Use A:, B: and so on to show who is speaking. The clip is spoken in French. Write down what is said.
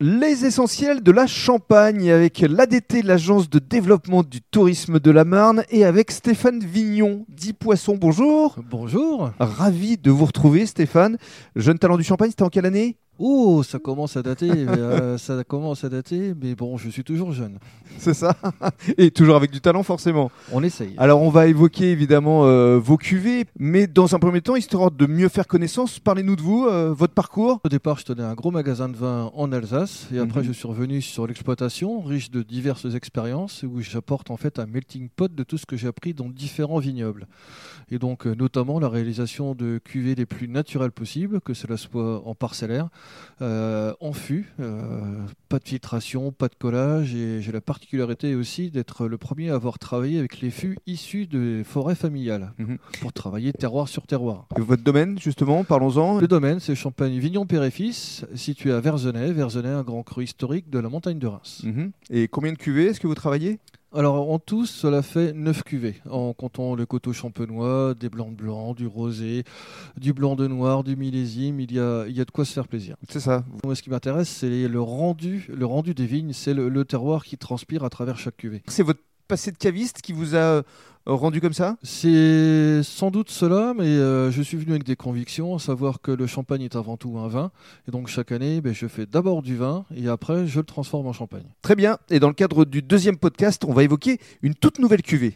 A: Les essentiels de la Champagne avec l'ADT, l'agence de développement du tourisme de la Marne, et avec Stéphane Vignon, dit Poisson. Bonjour.
B: Bonjour.
A: Ravi de vous retrouver, Stéphane. Jeune talent du Champagne, c'était en quelle année
B: Oh, ça commence à dater, euh, ça commence à dater, mais bon, je suis toujours jeune.
A: C'est ça. Et toujours avec du talent, forcément.
B: On essaye.
A: Alors, on va évoquer évidemment euh, vos cuvées, mais dans un premier temps, histoire de mieux faire connaissance, parlez-nous de vous, euh, votre parcours.
B: Au départ, je tenais un gros magasin de vin en Alsace, et après,
A: Mhm.
B: je suis revenu sur l'exploitation, riche de diverses expériences, où j'apporte en fait un melting pot de tout ce que j'ai appris dans différents vignobles. Et donc, euh, notamment la réalisation de cuvées les plus naturelles possibles, que cela soit en parcellaire, euh, en fût, euh, pas de filtration, pas de collage, et j'ai la particularité aussi d'être le premier à avoir travaillé avec les fûts issus des forêts familiales,
A: Mhm.
B: pour travailler terroir sur terroir.
A: Votre domaine, justement, parlons-en.
B: Le domaine, c'est Champagne Vignon Péréfis, situé à Verzenay. Verzenay, un grand cru historique de la montagne de Reims.
A: Mhm. Et combien de cuvées est-ce que vous travaillez
B: Alors, en tout, cela fait 9 cuvées, en comptant le coteau champenois, des blancs de blanc, du rosé, du blanc de noir, du millésime. Il y a, il y a de quoi se faire plaisir.
A: C'est ça.
B: Moi, ce qui m'intéresse, c'est le rendu, le rendu des vignes, c'est le, le terroir qui transpire à travers chaque cuvée.
A: C'est votre passé de caviste qui vous a euh, rendu comme ça
B: C'est sans doute cela, mais euh, je suis venu avec des convictions, à savoir que le champagne est avant tout un vin, et donc chaque année, ben, je fais d'abord du vin, et après, je le transforme en champagne.
A: Très bien. Et dans le cadre du deuxième podcast, on va évoquer une toute nouvelle cuvée.